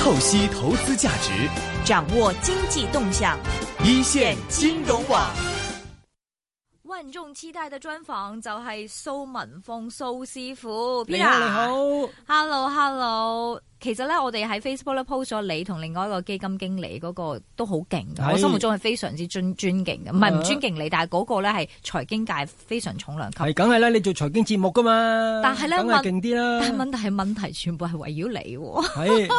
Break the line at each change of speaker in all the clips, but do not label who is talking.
透析投资价值，
掌握经济动向，
一线金融网。
萬眾期待嘅專訪就係蘇文峰蘇師傅。
你好，你好。
Hello，Hello。其實咧，我哋喺 Facebook 咧 post 咗你同另外一個基金經理嗰個都好勁嘅，
係
我心目中係非常之尊尊敬嘅，唔係唔
啊
尊敬你，但係嗰個咧係財經界非常重量級。
係梗係啦，你做財經節目噶嘛，
但係呢
梗
問
係勁啲啦。
但係問題係問題全部係圍繞你喎，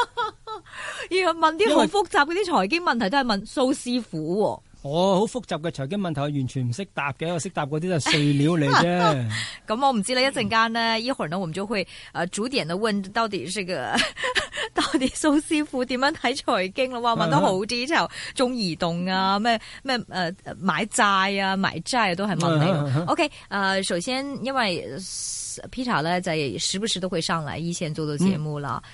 係
要問啲
因
好
為
複雜嗰啲財經問題都係問蘇師傅喎。
我好複雜嘅財經問題，我完全唔識答嘅，我識答嗰啲就係碎料嚟 啫。
咁我唔知咧，一陣間呢，一會兒呢，我們就會呃逐點的問到底這個 到底蘇師傅點樣睇財經啦？
嗯
哇，問得好 detail，中移動啊，咩咩誒買債啊，買債都係問你
嗯嗯
喎。
嗯
OK，呃，首先因為呃 Peter 咧就係時不時都會上嚟以前做到節目啦，
嗯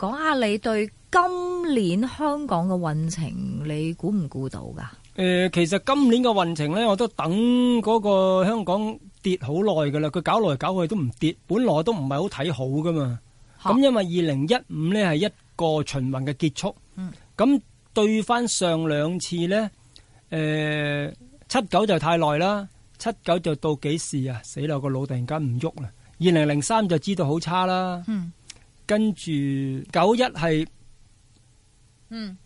講下你對今年香港嘅運程，你估唔估到㗎？
诶、其實今年嘅運程呢，我都等嗰個香港跌好耐噶啦，佢搞來搞去都唔跌，本來我都唔係好睇好噶嘛。
嚇
咁因為二零一五呢係一個循環嘅結束，咁、對翻上兩次呢，诶、七九就太耐啦，七九就到幾時啊？死啦，個腦突然間唔喐啦。二零零三就知道好差啦，
嗯
跟住九一係
嗯，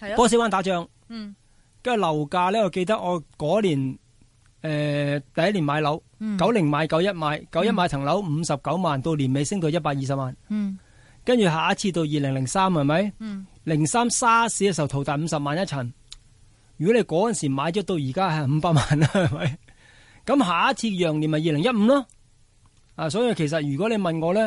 係咯，
波斯灣打仗。
嗯
跟住樓價咧，我記得我嗰年誒、呃第一年買樓，
嗯
九零買九一買，九一買層樓五十九萬，到年尾升到一百二十萬，
嗯
跟住下一次到二零零三係咪？
嗯
零三沙士嘅時候淘大五十萬一層，如果你嗰陣時買咗到而家係五百 萬啦，係咪？咁下一次羊年咪二零一五咯，啊，所以其實如果你問我咧，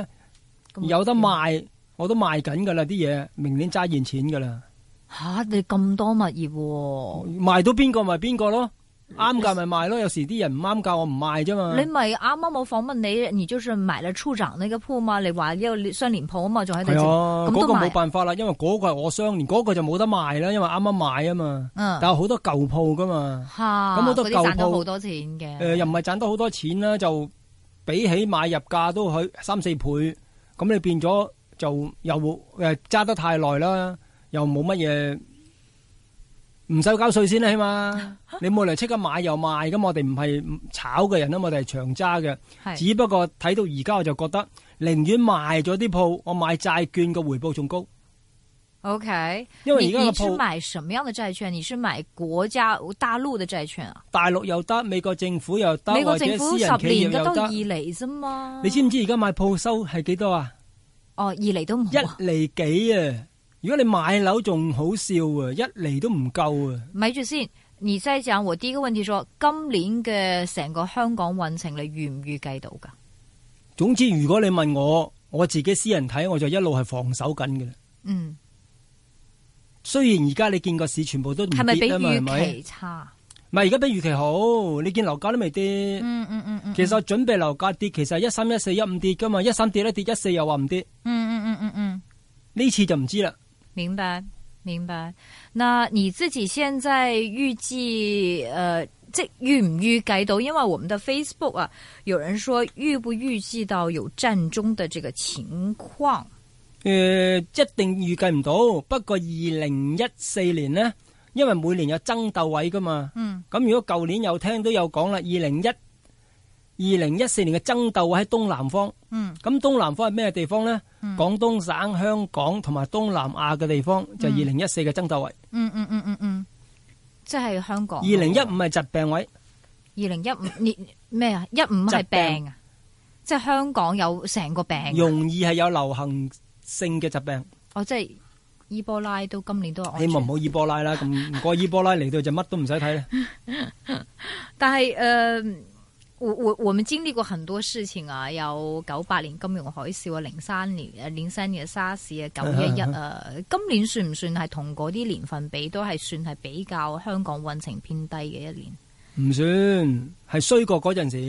咁啊
有得賣我都賣緊㗎啦啲嘢，明年揸現錢㗎啦。
吓、你咁多物業喎、
卖到邊個咪邊個咯，啱價咪賣咯。有時啲人唔啱價，我唔賣啫嘛。
你咪啱啱我訪問你，你就是買了處長那個鋪嘛？你話呢個雙連鋪啊嘛，仲喺度
係啊，
整咁
嗰
都
個
賣
冇。辦法啦，因為嗰個係我相連，嗰個就冇得賣啦，因為啱啱買啊嘛。
嗯，
但係好多舊鋪噶嘛，
嚇，
咁
咁
好
嗰
多
啲
舊
賺到
鋪
好多錢嘅。
诶、又唔係賺得好多錢啦，就比起買入價都去三四倍，咁你變咗就又诶揸、得太耐啦，又冇乜嘢。唔使交税先啦，起碼你冇嚟即刻買又賣，咁我哋唔係炒嘅人啊嘛，我哋係長揸嘅。
係
只不過睇到而家我就覺得，寧願賣咗啲鋪，我買債券嘅回報仲高，
OK。
因為而
你
家
你
個
是
鋪
買什麼樣的債券？你是買國家大陸的債券啊？
大陸又得，美國政府又得，
美
或
國
者
政府
私
十
人企業
年嘅
又
都二
得。
厘啫嘛。
你知唔知而家買鋪收係幾多啊？
哦，二厘都唔
一
好啊，
厘幾啊！如果你買樓仲好笑啊，一厘都唔夠啊！
咪住先。而西就我第一個問題說，今年嘅成個香港運程，你預唔預計到㗎？
總之，如果你問我，我自己私人睇，我就一路係防守緊嘅啦。
嗯，
雖然而家你見個市全部都唔
係咪比
跌啊嘛，係
預
咪？
期差？
唔係而家比預期好，你見樓價都未跌。
嗯嗯嗯嗯，
其實我準備樓價跌，其實一三一四一五跌噶嘛，一三跌一跌，一四又話唔跌，
嗯嗯嗯嗯嗯，
呢次就唔知啦。
明白明白。那你自己现在预计呃，这预唔预计到？因为我们的 Facebook 啊，有人说预不预计到有战中的这个情况？
Ờ, 诶、一定預計唔到。不過二零一四年呢，因為每年有爭鬥位噶嘛，
嗯
咁如果舊年有聽都有講啦，二零一二零一四年嘅爭鬥位喺東南方，
嗯
咁東南方係咩地方呢？廣東省、香港同埋東南亞嘅地方就二零一四嘅爭鬥位，
嗯嗯嗯嗯嗯，即系香港
二零一五係疾病位。
二零一五你咩啊？一五系
疾病
病啊，即系香港有成个病啊，
容易係有流行性嘅疾病，
哦，即系伊波拉都今年都有安
希望
全
唔好伊波 拉啦。咁唔過伊波拉嚟到就乜都唔使睇啦。
但係诶、呃我我我们经历过很多事情啊，有九八年金融海嘯啊，零三年诶零三年嘅沙士啊，九 一一啊，今年算唔算係同嗰啲年份比，都係算係比較香港運程偏低嘅一年？
唔算，係衰過嗰 陣時，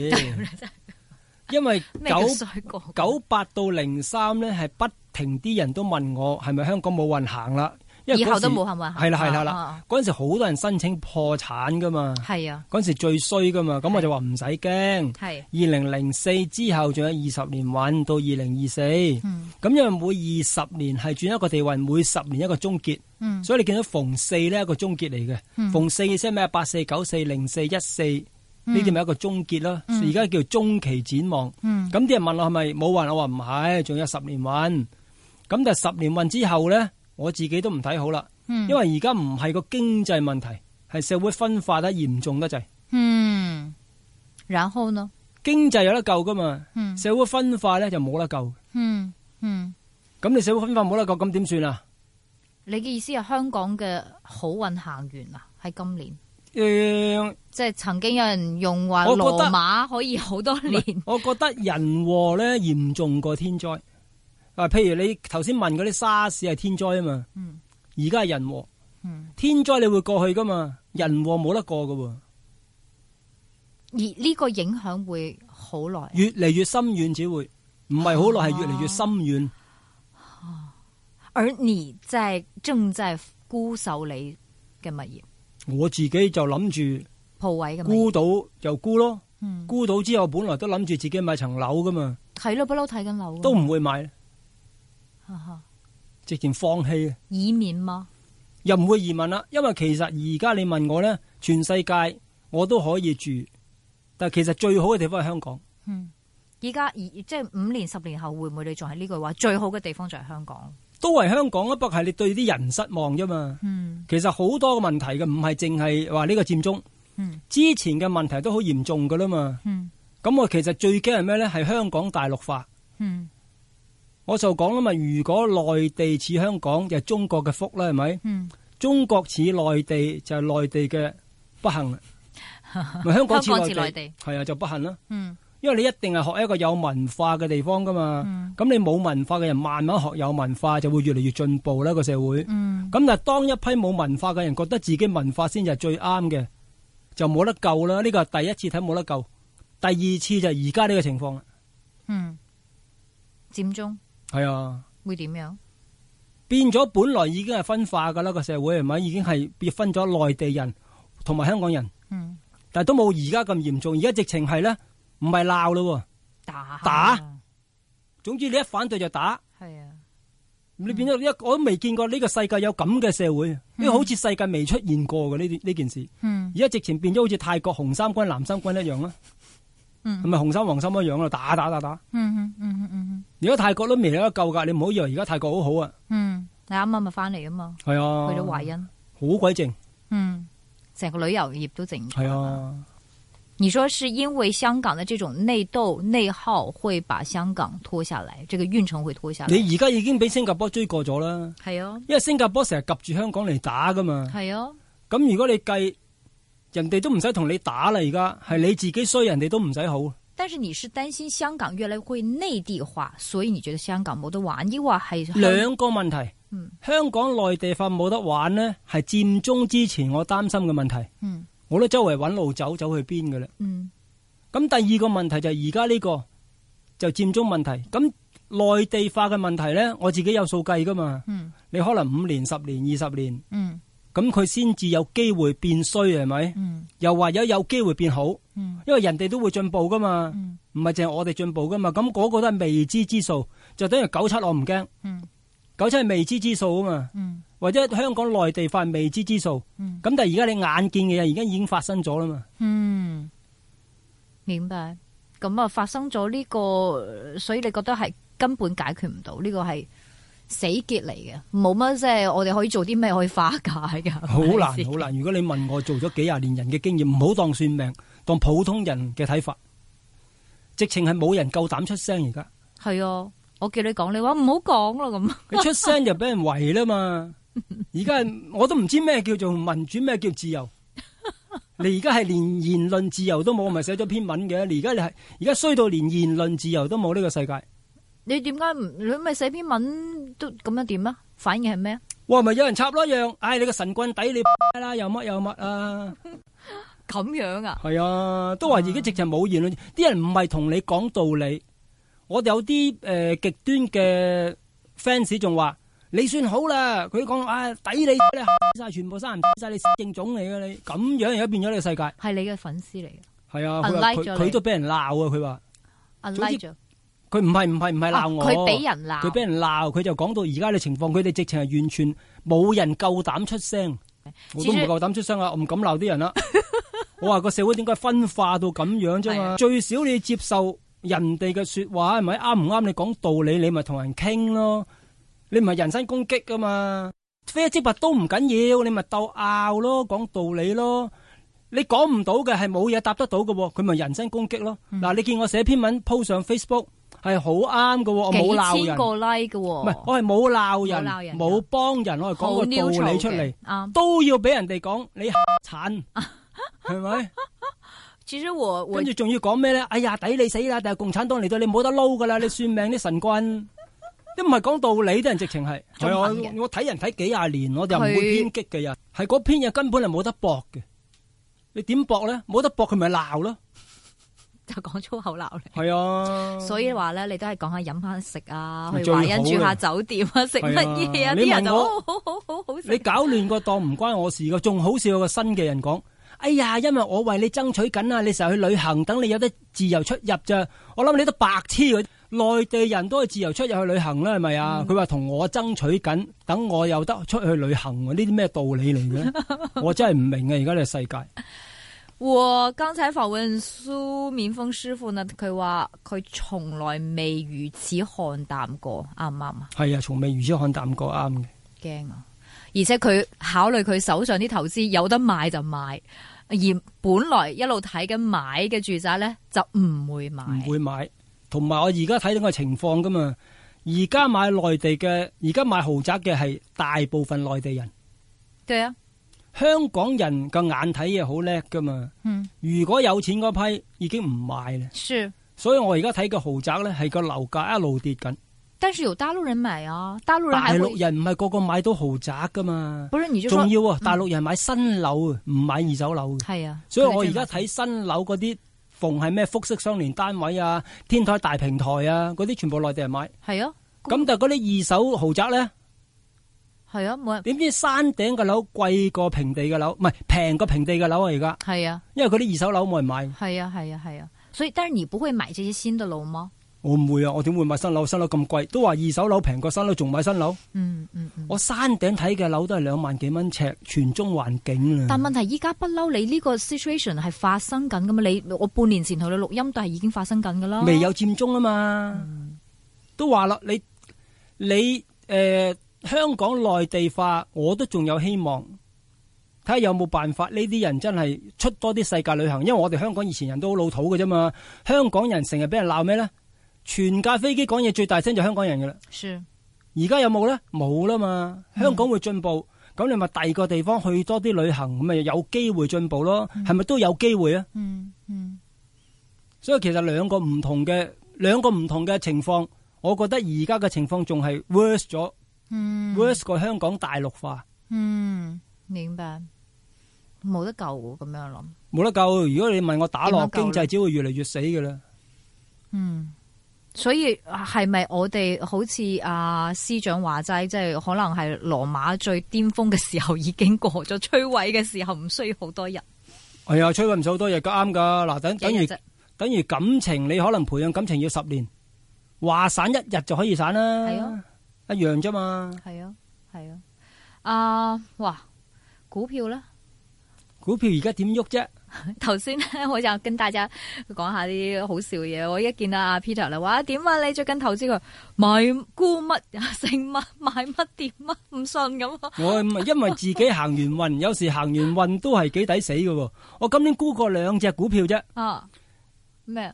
因為
咩叫
九
衰過？
九八到零三呢，係不停啲人都問我係咪香港冇運行啦？因為
以後都
嗰時
冇幸運行
係啦係啦係
啊
啦，嗰陣時好多人申請破產噶嘛，
係啊，
嗰陣時最衰噶嘛，咁我就話唔使驚。
係，啊
二零零四之後仲有二十年運到二零二四，咁
嗯
因為每二十年係轉一個地運，每十年一個終結，
嗯
所以你見到逢四呢一個終結嚟嘅，
嗯
逢四即係咩？啊八四、九四、零四、一四呢啲咪一個終結咯。
嗯
而家叫中期展望。
嗯
咁啲人問我係咪冇運？我話唔係，仲有十年運。咁但係十年運之後呢，我自己都唔睇好啦，
嗯，
因為而家唔係個經濟問題，係社會分化得嚴重得滯。
嗯，然後呢？
經濟有得救噶嘛，
嗯
社會分化呢就冇得救。
嗯嗯，
咁你社會分化冇得救，咁點算 啊？
你嘅意思係香港嘅好運行完啊？喺今年，
呃誒、
即係曾經有人用話
我覺得
羅馬可以好多年，
我覺得人禍咧嚴重過天災。啊，譬如你頭先問嗰啲沙士係天災啊嘛，
嗯
而家係人禍。
嗯，
天災你會過去噶嘛，人禍冇得過噶喎，
而呢個影響會好耐。
越嚟越深遠只會，唔係好耐，係越嚟越深遠。
而你在正在沽售你嘅物業
我自己就諗住
鋪位嘅物業，
沽到就沽咯，
嗯，
沽到之後本來都諗住自己買層樓噶嘛，
睇咯，不嬲睇緊樓㗎
都唔會買，
哈哈
直情放棄。啊
以免嗎？
又唔會移民啦，因為其實而家你問我呢，全世界我都可以住，但其實最好嘅地方係香港。
嗯，而家而即係五年、十年後，會唔會你仲係呢句話？最好嘅地方就係香港。
都係香港啊，不過係你對啲人失望啫嘛。
嗯
其實好多個問題嘅，唔係淨係話呢個佔中，
嗯
之前嘅問題都好嚴重噶啦嘛。
嗯
咁我其實最驚係咩呢？係香港大陸化。
嗯
我就講啦嘛，如果內地似香港，就係中國嘅福啦，係咪？
嗯，
中國似內地，就係、內地嘅不幸 啦。咪香港似
香港似
內
內
地
地，
係啊，就不幸啦。
嗯
因為你一定係學一個有文化嘅地方噶嘛，
嗯
咁、你冇文化嘅人慢慢學有文化，就會越嚟越進步啦個社會。咁、
嗯
但係當一批冇文化嘅人覺得自己文化先至係最啱嘅，就冇得救啦。呢個係第一次睇冇得救，第二次就係而家呢個情況啦。
嗯，佔中
係啊，
會點樣？
變咗本來已經係分化噶啦個社會係咪？已經係別分咗內地人同埋香港人，
嗯，
但係都冇而家咁嚴重。而家直情係呢，唔係鬧咯，
打
打總之你一反對就打。
係啊，
你變
嗯
咗一，我都未見過呢個世界有咁嘅社會，因為好似世界未出現過嘅呢啲呢件事，
嗯
而家直情變咗好似泰國紅衫軍、藍衫軍一樣啦，
嗯
係咪紅衫黃衫一樣啦？打打打打，
嗯嗯嗯嗯
而家泰國都未有得救㗎，你唔好以為而家泰國好好啊，
嗯，你啱啱咪翻嚟啊嘛，
係啊，
去咗華欣，
好鬼靜，
嗯，成個旅遊業都整咗
係。啊，
你說是因為香港的這種內鬥內耗會把香港拖下來，這個運程會拖下來。
你而家已經俾新加坡追過咗啦，
係啊，
因為新加坡成日及住香港嚟打㗎嘛，
係啊，
咁如果你計人哋都唔使同你打啦，而家係你自己衰，人哋都唔使好。
但是你是擔心香港越來越會內地化，所以你覺得香港冇得玩，抑或係香
兩個問題，
嗯
香港內地化冇得玩呢，係佔中之前我擔心嘅問題，
嗯
我都周圍揾路走，走去邊嘅啦。
嗯
咁第二個問題就係而家呢個就佔中問題，咁內地化嘅問題呢，我自己有數計噶嘛，
嗯
你可能五年、十年、二十年，
嗯
咁佢先至有機會變衰係咪？
嗯
又或者有機會變好，
嗯
因為人哋都會進步噶嘛，
嗯
唔係淨係我哋進步噶嘛，咁嗰個都係未知之數，就等於九七我唔驚，
嗯
九七係未知之數啊嘛。
嗯
或者香港內地化係未知之數，咁、
嗯
但係而家你眼見嘅嘢而家已經發生咗啦嘛，
嗯，明白。咁啊，發生咗呢個，所以你覺得係根本解決唔到，呢個係死結嚟嘅，冇乜即係我哋可以做啲咩可以化解嘅，
好
係咪
難
先
好難。如果你問我做咗幾廿年人嘅經驗，唔好當算命，當普通人嘅睇法，直情係冇人夠膽出聲而家，
系啊，我叫你講，你話唔好講啦咁。
你出聲就俾人圍啦嘛。而家係我都唔知咩叫做民主，咩叫自由。你而家係連言論自由都冇，我咪寫咗篇文嘅。你而家你係而家衰到連言論自由都冇呢個世界。
你點解唔你咪寫篇文都咁樣點啊？反應係咩啊？
哇，咪有人插多一樣，唉、你個神棍底你 啦，又乜又乜啊！
咁樣啊？
系啊，都話自己直情冇言論，啲人唔係同你講道理。我哋有啲诶极端嘅 fans 仲話：你算好啦，佢講啊抵你你晒全部生唔晒你正種嚟嘅你，咁樣而家變咗呢個世界
係你嘅粉絲嚟嘅
係啊，佢話
Unlike
佢
咗你
佢都俾人鬧啊，佢話
，unlike 咗，
佢唔係唔係唔係鬧我，
哦佢俾人鬧，
佢俾人鬧，佢就講到而家嘅情況，佢哋直情係完全冇人夠膽出聲，我都唔
至於
夠膽出聲啊！我唔敢鬧啲 人啦。我話個社會點解分化到咁樣啫
係
嘛？
啊
最少你接受人哋嘅説話係咪啱唔啱？你講道理，你咪同人傾咯。你唔係人身攻擊噶嘛？非即拔都唔緊要，你咪鬥拗咯，講道理咯。你講唔到嘅係冇嘢答得到嘅喎，佢咪人身攻擊咯。嗱、你見我寫篇文 po 上 Facebook 係好啱嘅喎，我冇鬧
幾
人
千。個 like 嘅
唔係，
喎，
我係
冇
冇鬧
鬧人㗎
人，冇幫人，我係
好
講個道理
neutral
出嚟
嘅，啱。
都要俾人哋講你 慘，係咪？
其實我我
跟住仲要講咩咧？哎呀，抵你死啦！但係共產黨嚟到，你冇得撈噶啦！你算命啲神棍，你唔係講道理，啲人直情係。
中
係啊，
肯嘅
我我睇人睇幾廿年，我哋又唔會
佢
偏激嘅人，係嗰篇嘢根本係冇得駁嘅。你點駁咧？冇得駁，佢咪鬧咯。
就講粗口鬧你。
係啊，
所以話咧，你都係講下飲下食啊，去
嗯最好
華
啦
欣住下酒店啊，食乜嘢啊？
係啊
啲人
你問
就
我
好好好好好食。
你搞亂個檔唔關我事噶，仲好少有個新嘅人講。哎呀，因為我為你爭取緊啊，你成日去旅行，等你有得自由出入咋？我諗你都白痴嘅，內地人都係自由出入去旅行啦，係咪啊？佢話同我爭取緊，等我有得出去旅行喎，呢啲咩道理嚟嘅呢？我真係唔明啊！而家呢個世界
我剛才訪問蘇免峰師傅呢，佢話佢從來未如此看淡過，啱唔啱啊？
係啊，從未如此看淡過啱嘅。
驚啊！而且佢考慮佢手上啲投資有得買就買，而本來一路睇緊買嘅住宅咧就唔會買。
唔會買。同埋我而家睇到個情況噶嘛，而家買內地嘅，而家買豪宅嘅係大部分內地人。
對啊，
香港人個眼睇嘢好叻噶嘛，
嗯，
如果有錢嗰批已經唔買啦，
是，
所以我而家睇個豪宅呢，係個樓價一路跌緊。
但是有大陸人買啊，大陸人
大
還
陸
會，
人唔係個個買到豪宅噶嘛，
不是你就說嗯
仲要啊，大陸人買新樓啊，唔買二手樓嘅。
係啊，
所以我而家睇新樓嗰啲，逢係咩複式相連單位啊、天台大平台啊，嗰啲全部內地人買。
係啊，
咁但係嗰啲二手豪宅呢，
係啊，冇人
點知山頂嘅樓貴過平地嘅樓，唔係平過平地嘅樓啊！而家，
係啊，
因為嗰啲二手樓冇人買。
係啊，係啊，係啊，所以但是你不會買這些新的樓嗎？
我唔會啊！我點會買新樓？新樓咁貴，都話二手樓平過新樓，仲買新樓？
嗯嗯嗯。
我山頂睇嘅樓都係兩萬幾蚊尺，全中環境啊
但！問題依家不嬲，你呢個 situation 係發生緊噶嘛？你我半年前同你錄音都係已經發生緊噶啦。
未有佔中啊嘛，
嗯
都話啦，你你誒、呃香港內地化，我都仲有希望。睇下有冇辦法，呢啲人真係出多啲世界旅行，因為我哋香港以前人都好老土嘅啫嘛。香港人成日俾人鬧咩呢？全架飛機講嘢最大聲就香港人嘅啦。
是
而家有冇呢？冇啦嘛，香港會進步，咁、你咪第二個地方去多啲旅行，咁咪有機會進步咯。係咪、都有機會啊？
嗯嗯，
所以其實兩個唔同嘅兩個唔同嘅情況，我覺得而家嘅情況仲係 worse 咗、
嗯
w o r s e 過香港大陸化，
嗯，明白，冇得救喎咁樣諗。
冇得救。如果你問我打落
點樣救
經濟，
呢
只會越嚟越死嘅啦。
嗯，所以係咪我哋好似啊司長話齋，即係可能係羅馬最巔峰嘅時候已經過咗，摧毀嘅時候唔需要好多人，
係啊，摧毀唔少好多嘢，噶啱噶。嗱，等等
一日
於
啫
等於感情，你可能培養感情要十年，話散一日就可以散啦。
係啊，
一樣啫嘛。
係啊係啊，啊哇股票 咧。
股票而家點喐啫？
頭 先咧，我就跟大家講下啲好笑嘢。我一見到阿 Peter 咧，話點啊？你最近投資佢買沽 乜升乜買乜跌乜，唔信咁啊。
我唔係因為自己行完運，有時行完運都係幾抵死嘅喎。我今年沽過兩隻股票啫，
啊咩啊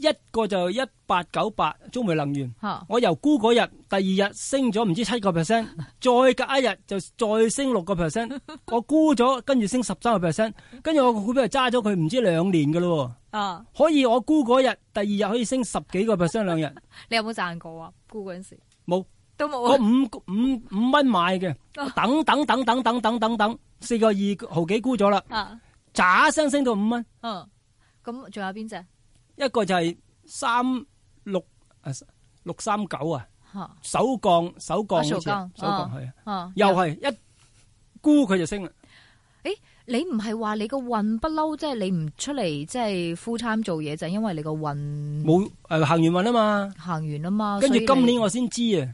一個就一八九八中煤能源，
嚇？
我由沽嗰日，第二日升咗唔知七個 percent，再隔一日就再升六個 percent。我沽咗，跟住升十三個 percent，跟住我個股票就揸咗佢唔知兩年嘅咯
啊！
喎。可以我沽嗰日，第二日可以升十幾個 percent 兩日，
你有冇賺過啊？沽嗰陣時
冇。
都
我
冇啊。
五五五蚊買嘅，等等等等等等等等，四個二毫幾沽咗啦，
啊
喳一聲升到五蚊。
嗯，咁仲有邊只
一個就係三六啊六三九啊，
吓
首降首降好似
啊首降
首降係啊，
啊，
又係一沽佢就升啦。
你唔係話你個運不嬲，即係你唔出嚟即係 full time 做嘢，就係因為你個運
冇誒行完運啊嘛，
行完啊嘛。
跟
所
住
以你
今年我先知啊，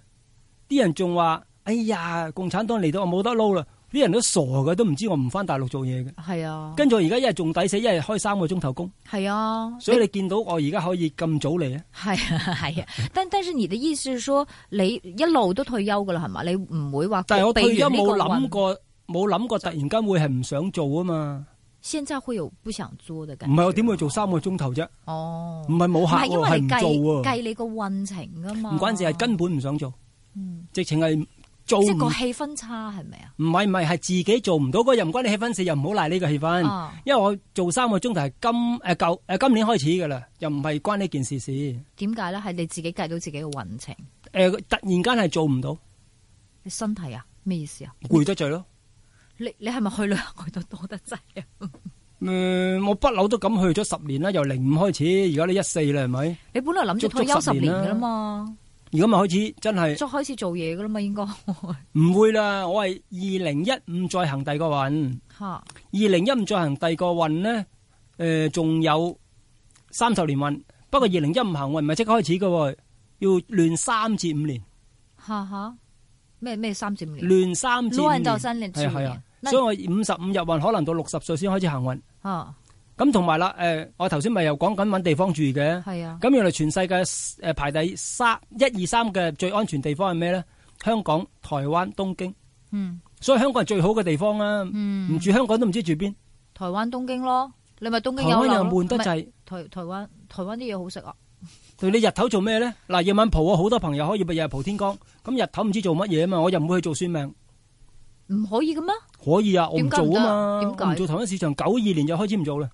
啲人仲話：哎呀，共產黨嚟到我冇得撈啦！啲人都傻嘅，都唔知我唔翻大陸做嘢嘅。
係啊，
跟住我而家一日仲抵死，一日開三個鐘頭工，
係啊，
所以你見到我而家可以咁早嚟啊？
係啊，係啊。但但是你的意思是說，你一路都退休噶啦，係嘛？你唔會話
但係我
避
退休
完呢個
冇諗
運。
過，冇諗過突然間會係唔想做啊嘛。
現在會有不想做嘅感
唔
覺。啊
係我點會做三個鐘頭啫？
哦
唔，係冇客
係因
喎，
為
係
你
唔
計
做喎。啊
計你個運程噶嘛。
唔關事，係根本唔想做，
嗯
直情係做
即係
唔
個氣氛差係咪啊？
唔係唔係係自己做唔到，嗰個又唔關你氣氛事，又唔好賴呢個氣氛。
啊，
因為我做三個鐘頭係今誒舊誒今年開始㗎啦，又唔係關呢件事事。誒、
點解咧？係你自己計到自己嘅運程，
突然間係做唔到，
你身體啊？咩意思啊？
攰得滯咯。
你你係咪去旅行去到多得滯啊？
誒、我不嬲都咁去咗十年啦，由零五開始，而家呢一四啦，係咪？
你本來諗住
足足
退休
十
十
年
年
啦
噶啦嘛，
而家咪開始真係
再開始做嘢噶啦嘛，應 該
唔會啦。我係二零一五再行第二個運，
吓
二零一五再行第二個運呢，誒、仲有三十年運。不過二零一五行運唔係即刻開始嘅喎，要亂三至五年，
吓吓咩咩三至五年，
亂三至五
亂
年。
到三年至
係
五
係啊
年，，那
所以我五十五日運可能到六十歲先開始行運。
啊
咁同埋啦，誒、我頭先咪又講緊揾地方住嘅。
係啊，
咁原來全世界誒、排第三一二三嘅最安全地方係咩咧？香港、台灣、東京。
嗯
所以香港係最好嘅地方啦、唔
嗯，
住香港都唔知住邊。
台灣東京咯，你咪東
台
京有
灣
樓
又
咯
悶得
唔係
滯，
台台灣台灣啲嘢好食啊，
對你日頭做咩咧？嗱，夜晚蒲我好多朋友可以日日蒲天光，咁日頭唔知做乜嘢啊嘛，我又唔會去做算命。
唔可以嘅咩？
可以啊，我唔
點解唔
做
得
啊嘛，
點解
我唔做台灣市場，九二年就開始唔做啦。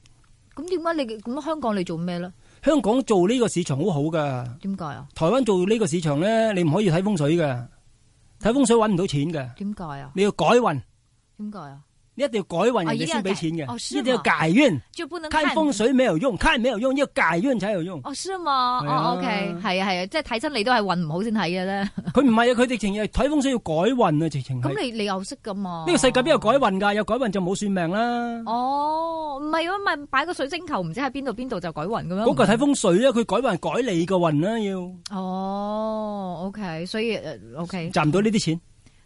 咁點解你咁香港你做咩咧？
香港做呢個市場好好㗎。
點解啊？
台灣做呢個市場咧，你唔可以睇風水嘅，睇風水揾唔到錢嘅，
點解啊？
你要改運，
點解啊？
你一定要改運，
哦
人哋先俾錢
一定要改哦
嘅，
是嗎
一定要改運。
就不能
看風水沒有用，看沒有用，要改運才有用。
哦，是嘛？
係啊
哦，OK，係啊係啊，即係睇真你都係運唔好先睇嘅咧。
佢唔係啊，佢直情係睇風水要改運啊，直情係。
咁你你又識噶嘛？
呢個世界邊有改運㗎？有改運就冇算命啦。
哦，唔係啊，咪擺個水晶球，唔知喺邊度邊度就改運咁樣。
嗰個係睇風水啊，佢改運係改你個運啦，要
嗯哦，OK，所以呃 OK
賺唔到呢啲錢。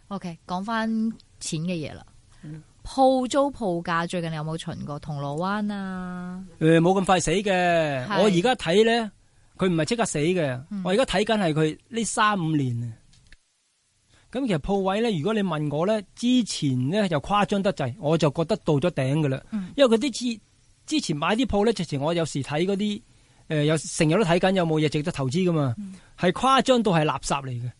OK，講翻錢嘅嘢啦。
嗯
鋪租鋪價最近有冇巡過銅鑼灣啊？
誒，冇咁快死嘅。
係
我而家睇咧，佢唔係即刻死嘅。我而家睇緊係佢呢三五年啊。咁其實鋪位咧，如果你問我咧，之前咧就誇張得滯，我就覺得到咗頂嘅啦。
嗯
因為佢啲之之前買啲鋪咧，直情我有時睇嗰啲誒，有成日都睇緊有冇嘢值得投資噶嘛，係、誇張到係垃圾嚟嘅。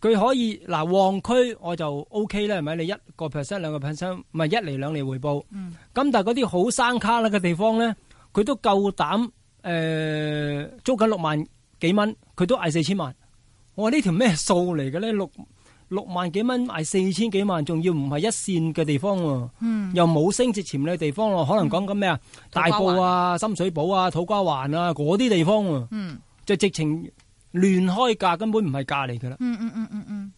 佢可以嗱旺區我就 O K 啦，係咪？你一個 percent 兩個 percent，唔係一厘兩厘回報。咁、
嗯
但係嗰啲好生卡啦嘅地方咧，佢都夠膽誒、呃租緊六萬幾蚊，佢都嗌四千萬。我話呢條咩數嚟嘅咧？六六萬幾蚊賣四千幾萬，仲要唔係一線嘅地方喎，
嗯
又冇升值潛力嘅地方喎，可能講緊咩啊？
土瓜
大
灣
埔啊、深水埗啊、土瓜灣啊嗰啲地方喎，
嗯
就直情亂開價，根本唔係價嚟㗎啦。
嗯嗯嗯嗯嗯。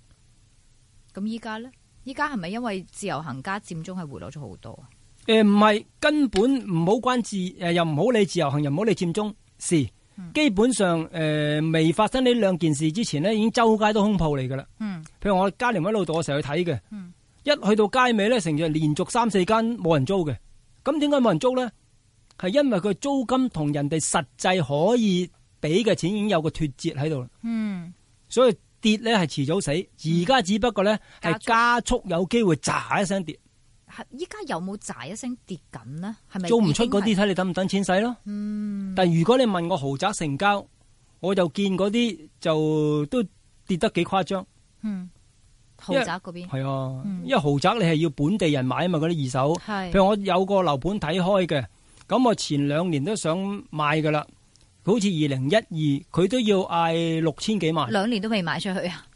咁依家咧，依家係咪因為自由行加佔中係回落咗好多啊？
誒呃唔係根本唔好關自誒、又唔好理自由行，又唔好理佔中事。
嗯
基本上誒、呃未發生呢兩件事之前呢，已經周街都空鋪嚟㗎啦。
嗯
譬如我嘉廉威老道，我成日去睇嘅，
嗯
一去到街尾咧，成日連續三四間冇人租嘅。咁點解冇人租咧？係因為佢租金同人哋實際可以俾嘅錢已經有個脱節喺度啦，
嗯
所以跌咧係遲早死。而家只不過咧係加速有機會喳一聲跌，
係依家有冇炸一聲跌緊呢？係咪
租唔出
已經係
嗰啲？睇你等唔等錢使咯。
嗯
但如果你問我豪宅成交，我就見嗰啲就都跌得幾誇張。
嗯，豪
因為
宅嗰邊
係啊
嗯，
因為豪宅你係要本地人買啊嘛，嗰啲二手。譬
係
如我有個樓盤睇開嘅，咁我前兩年都想買噶啦，好似二零一二佢都要嗌六千幾萬，
兩年都未賣出去啊！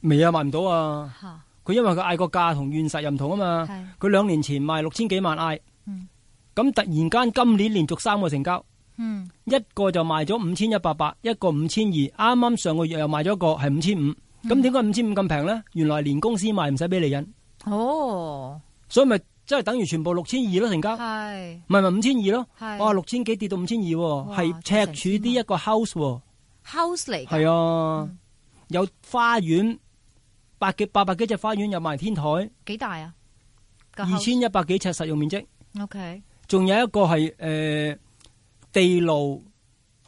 未啊賣唔到啊！
嚇
佢因為佢嗌個價同現實又唔同啊嘛，
係
佢兩年前賣六千幾萬嗌
嗯，
咁突然間今年連續三個成交，
嗯
一個就賣咗五千一百八，一個五千二，啱啱上個月又賣咗一個係五千五，
嗯
咁點解五千五咁平呢？原來係連公司賣唔使俾利潤，
哦，
所以咪即係等於全部六千二咯成交，唔
系
係咪五千二咯？
系
哇，六千幾跌到五千二喎，
哇
係
真係
赤柱啲一個 house 喎，
house 嚟㗎，嗯
係啊，有花園，百幾八百幾隻花園，有埋天台，二
幾大啊？
千一百幾尺實用面積，
O K，
仲有一個係誒地牢，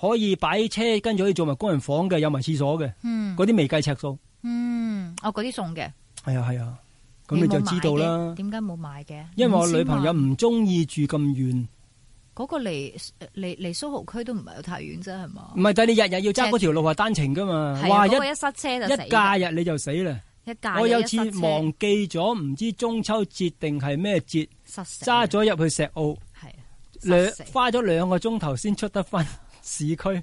可以擺車，跟住可以做埋工人房嘅，有埋廁所嘅。
嗯
嗰啲未計尺數。
嗯，哦嗰啲送嘅，
係啊係啊，咁你就知道啦
你冇買嘅。點解冇買嘅？
因為我女朋友
5000萬
唔中意住咁遠，
嗰個離離離蘇豪區都唔係有太遠啫，係嘛
唔？係，但係你日日要揸嗰條路係單程噶嘛？
係啊，
哇，一
嗰個一塞車就死
一
㗎
假日你就死啦！
一架
我有
啊一
次
塞車
忘記咗，唔知中秋節定係咩節，
塞死
揸咗入去石澳，
係啊
兩
塞死
花咗兩個鐘頭先出得翻市區。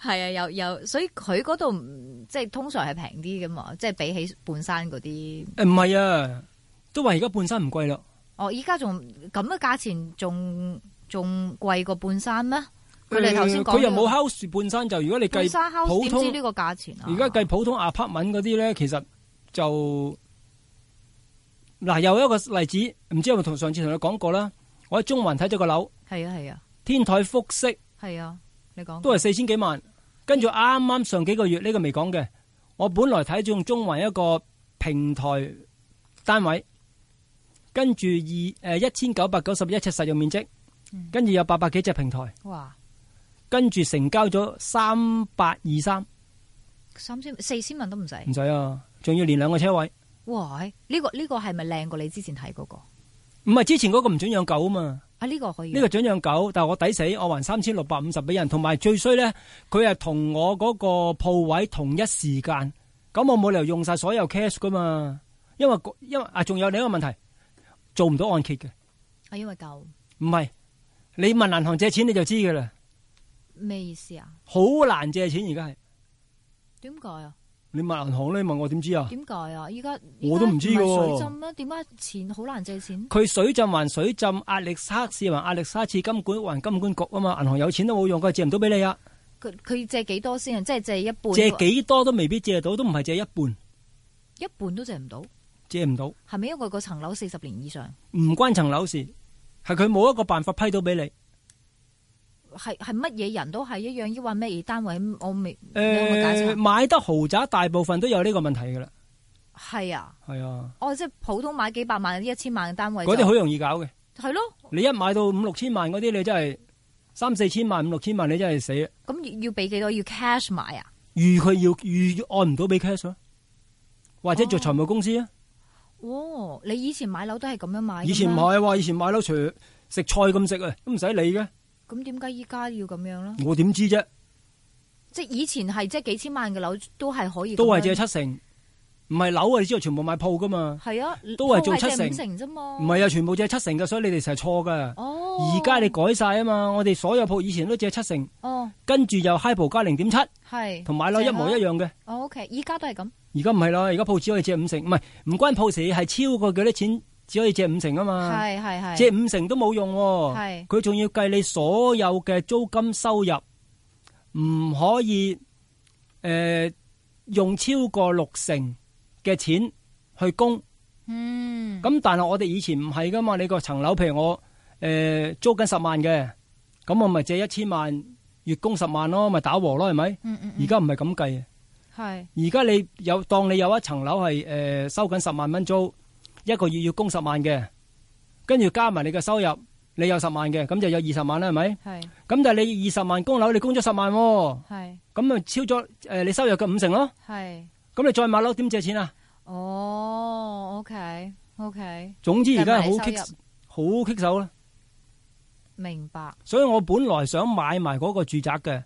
係啊，有有，所以佢嗰度唔即係通常係平啲噶嘛，即係比起半山嗰啲，
誒唔係啊，都話而家半山唔貴啦。
哦，依家仲咁嘅價錢仲仲貴過半山咩？佢哋頭先
誒
講
佢又
咗
冇 house 半山就，如果你
半
計
山 house
普
點知
通
呢個價錢啊？
而家計普通 apartment 嗰啲咧，其實就嗱又一個例子，唔知有冇同上次同你講過啦。我喺中環睇咗個樓，
係啊係啊
天台複式
係啊，你講
都係四千幾萬，跟住啱啱上幾個月呢、個未講嘅，我本來睇中中環一個平台單位，跟住二呃誒一千九百九十一尺實用面積
嗯，
跟住有八百幾隻平台，
哇
跟住成交咗三百二三，
三千四千萬都唔使，
唔使啊，仲要連兩個車位。
哇！哎呢、個呢、個係咪靚過你之前睇嗰、個
唔係之前嗰個唔准養狗啊嘛，
啊？呢、個可以
呢、個准養狗，但係我抵死，我還三千六百五十俾人，同埋最衰咧，佢係同我嗰個鋪位同一時間，咁我冇理由用晒所有 cash 噶嘛，因為個因為啊，仲有另一個問題，做唔到按揭嘅，
啊，因為夠
唔係你問銀行借錢你就知噶啦，
咩意思啊？
好難借錢而家係，
點解啊？
你問銀行咧問我點知啊？
點解啊？依家
我都唔知
依
喎
家係水浸啦，點解錢好難借錢？
佢水浸還水浸，壓力測試還壓力測試，金管還金管局啊嘛，銀行有錢都冇用，佢借唔到俾你啊，
佢佢借幾多先啊？即係借一半，
借幾多都未必借到，都唔係借一半，
一半都借唔到，
借唔到。
係咪因為嗰層樓四十年以上？
唔關層樓事，係佢冇一個辦法批到俾你。
係係乜嘢人都係一樣，抑或咩嘢單位？我未你可唔可以解
诶、
釋啊下？
買得豪宅大部分都有呢個問題噶啦，
係啊，
係啊，
哦，即係普通買幾百萬、一千萬嘅單位就，
嗰啲好容易搞嘅。
係咯。
你一買到五六千萬嗰啲，你真係三四千萬、五六千萬，你真係死啦。
咁要要俾幾多？要 cash 買啊？
預佢要預按唔到俾 cash 咯，或者做財務公司啊。
哦，你以前買樓都係咁樣啊買㗎嘛，
以前唔係話，以前買樓除食菜咁食啊，都唔使理嘅。
咁點解依家要咁樣咧？
我點知啫？
啊即係以前係即係幾千萬嘅樓都係可以咁樣，
都係借七成，唔係樓啊！你知道全部買鋪噶嘛？
係啊，
都係做
鋪
七成
借五成啫嘛。
唔係啊，全部借七成嘅，所以你哋成日錯噶。
哦，
而家你改晒啊嘛，我哋所有鋪以前都借七成。
哦
跟住又 h i p o 加零點七，
係
同買樓一模一
樣。
樣嘅。
哦，OK，依家都係咁。
而家唔係啦，而家鋪只可以借五成，唔係唔關鋪事，係超過幾多錢只可以借五成啊嘛。
係係係。
借五成都冇用喎、
係
佢仲要計你所有嘅租金收入，唔可以诶、呃用超過六成嘅錢去供。
嗯
咁但係我哋以前唔係噶嘛，你個層樓譬如我诶、呃租緊十萬嘅，咁我咪借一千萬，月供十萬咯，咪打和咯，係咪？
嗯嗯，
而家唔係咁計啊！
係
而家你有當你有一層樓係誒收緊十萬蚊租，一個月要供十萬嘅，跟住加埋你嘅收入，你有十萬嘅，咁就有二十萬啦，係咪？咁
係
但係你二十萬供樓，你供咗十萬喎，
係
咁咪超咗誒、呃你收入嘅五成咯。
係。
咁你再買樓點借錢啊？
哦，OK OK，
總之而家係好
計埋你
棘
收入
好棘手啦。
明白。
所以我本來想買埋嗰個住宅嘅，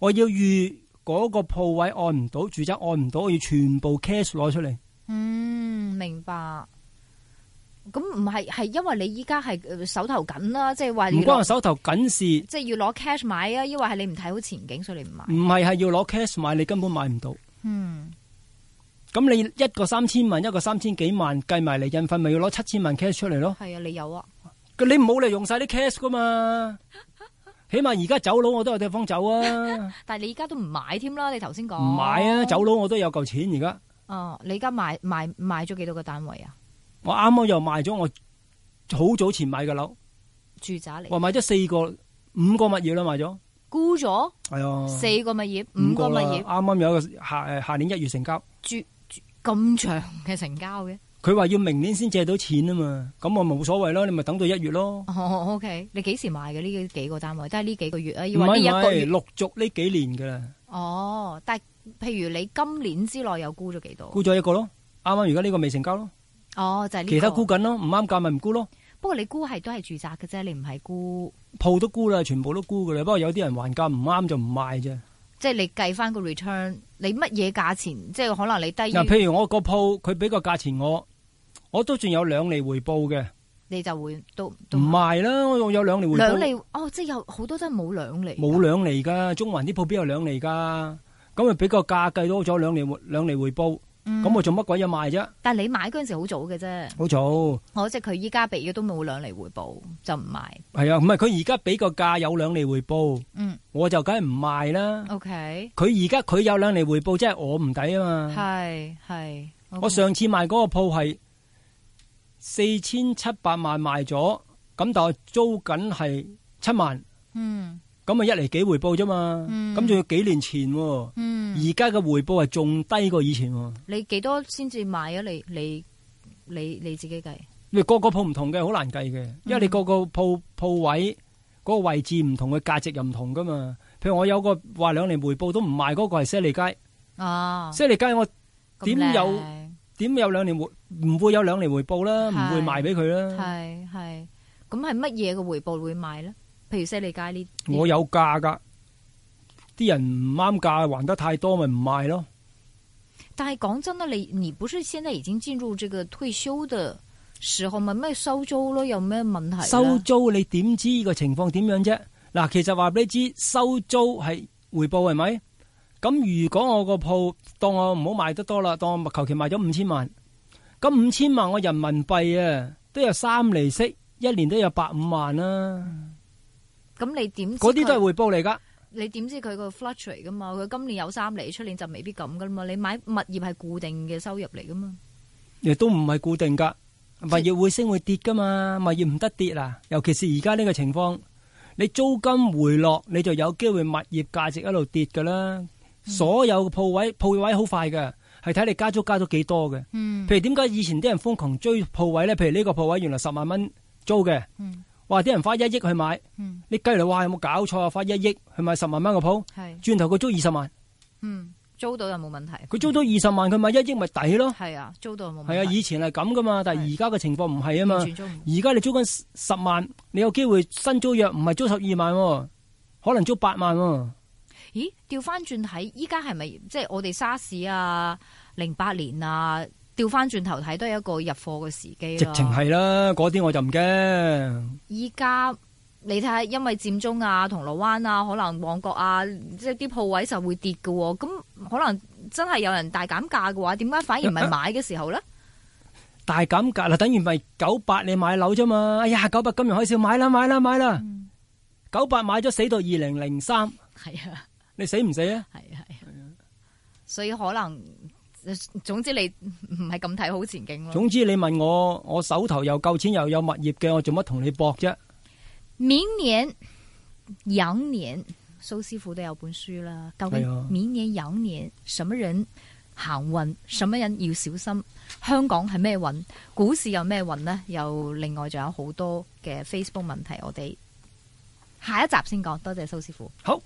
我要預嗰個鋪位按唔到，住宅按唔到，我要全部 cash 攞出嚟。
嗯，明白。咁唔係係因為你依家係呃手頭緊啦，即係話
唔
要
關我
攞
手頭緊事。
即係要攞 cash 買啊，抑或係你唔睇好前景，所以你唔買。
唔係係要攞 cash 買，你根本買唔到。
嗯，
咁你一個三千萬，一個三千幾萬，計埋嚟印費，咪要攞七千萬 cash 出嚟咯。
係啊，你有啊。
你冇理由用晒啲 cash 噶嘛。起碼而家走佬我都有地方走啊，
但係你而家都唔買添啦，你頭先講
唔買啊，走佬我都有嚿錢而家。
哦，你而家賣賣賣咗幾多個單位啊？
我啱啱又賣咗我好早前買嘅樓，
住宅嚟，
我買咗四個、五個物業啦，買咗。
沽咗
係啊，
四個物業，五個
個
物
啦
業
啱，啱有一個下誒下年一月成交，
住住咁長嘅成交嘅。
佢話要明年先借到錢啊嘛，咁我冇所謂咯，你咪等到一月咯。
哦，OK，你幾時買嘅呢幾個單位？都係呢幾個月啊，
唔
要話呢
係
一
唔
個
係，
月。
陸續呢幾年噶啦，
哦，但係譬如你今年之內又沽咗幾多？
沽咗一個咯，啱啱而家呢個未成交咯，
哦，就係呢個
其他沽緊咯，唔啱價咪唔沽咯，
不過你沽係都係住宅嘅啫，你唔係沽，
鋪都沽啦，全部都沽噶啦，不過有啲人還價唔啱就唔賣啫。
即係你計翻個 return，你乜嘢價錢？即係可能你低
嗱，
於
譬如我個鋪佢俾個價錢我，我都仲有兩厘回報嘅，
你就會都
唔
都
賣啦，我有兩厘回報。
兩厘哦，即係有好多真係冇兩厘，
冇兩厘噶，中環啲鋪邊有兩厘噶？咁咪俾個價計多咗兩厘回兩厘回報，
嗯
咁我做乜鬼嘢賣啫？
但係你買嗰陣時好早嘅啫，
好早
我即係佢依家俾嘅都冇兩厘回報，就唔買。
係啊，唔係佢而家俾個價有兩厘回報，
嗯
我就梗係唔賣啦。
，OK，
佢而家佢有兩厘回報，即係我唔抵啊嘛。
係係。
我上次賣嗰個鋪係四千七百萬賣咗，咁但係租緊係七萬，
嗯
咁啊一厘幾回報啫嘛。
嗯
咁仲要幾年前喎，
嗯，
而家嘅回報係仲低過以前喎。
你幾多先至買啊？你你你你自己計。
你個個鋪唔同嘅，好難計嘅，因為你個個鋪鋪位嗰、個位置唔同，嘅價值又唔同噶嘛。譬如我有個話兩年回報都唔賣嗰、個係西利街，
啊，
西利街我
咁
點有
靚
點有兩年回唔會有兩年回報啦，
係
唔會賣俾佢啦。
係係，咁係乜嘢嘅回報會買咧？譬如西利街呢？
我有價噶，啲人唔啱價，還得太多咪唔賣咯。
但係講真啦，你你不是現在已經進入這個退休的時候，咪咩收租咯？有咩問題呢
收租你點知個情況點樣啫？嗱，其實話俾你知，收租係回報係咪？咁如果我個鋪當我唔好賣得多啦，當我求其賣咗五千萬，咁五千萬我人民幣啊都有三厘息，一年都有百五萬啦、
咁你點知佢？
嗰啲都係回報嚟噶。
你點知佢個 fluctuate 噶嘛？佢今年有三厘，出年就未必咁噶嘛。你買物業係固定嘅收入嚟噶嘛？
亦都唔係固定噶，物業會升會跌噶嘛，物業唔得跌啊！尤其是而家呢個情況，你租金回落，你就有機會物業價值一路跌噶啦。所有鋪位鋪位好快嘅，係睇你加租加咗幾多嘅。
嗯
譬如點解以前啲人瘋狂追鋪位呢？譬如呢個鋪位原來十萬蚊租嘅，
嗯
哇！啲人花一億去買，
嗯，
你計嚟話有冇搞錯啊？花一億去買十萬蚊個鋪，
係
轉頭佢租二十萬，
嗯租到又冇問題。
佢租到二十萬，佢買一億咪抵咯。
係啊，租到又冇問題。
係啊，以前係咁噶嘛，但係而家嘅情況唔係啊嘛
完。全租唔
而家你租緊十萬，你有機會新租約唔係租十二萬喎，可能租八萬喎。
咦，調翻轉睇，依家係咪即係我哋沙士啊、零八年啊，調翻轉頭睇都係一個啊入貨嘅時機
直
啦
情係啦，嗰啲我就唔驚。
依家你睇下，因為佔中啊、銅鑼灣啊、可能旺角啊，即係啲鋪位就會跌嘅喎、咁可能真係有人大減價嘅話，點解反而唔係買嘅時候 咧？
大減價啦，等於咪九八你買樓啫嘛。哎呀，九八金融海嘯買啦買啦買啦，九八買咗死到二零零三，
係啊，
你死唔死啊？
係啊，係啊。所以可能總之你唔係咁睇好前景咯。
總之你問我，我手頭又夠錢又有物業嘅，我做乜同你搏啫？
明年羊年，蘇師傅都有本書啦。究
係
竟
啊
明年羊年，什麼人行運，什麼人要小心？香港係咩運？股市有咩運呢？又另外仲有好多嘅 Facebook 問題，我哋下一集先講。多謝蘇師傅。
好。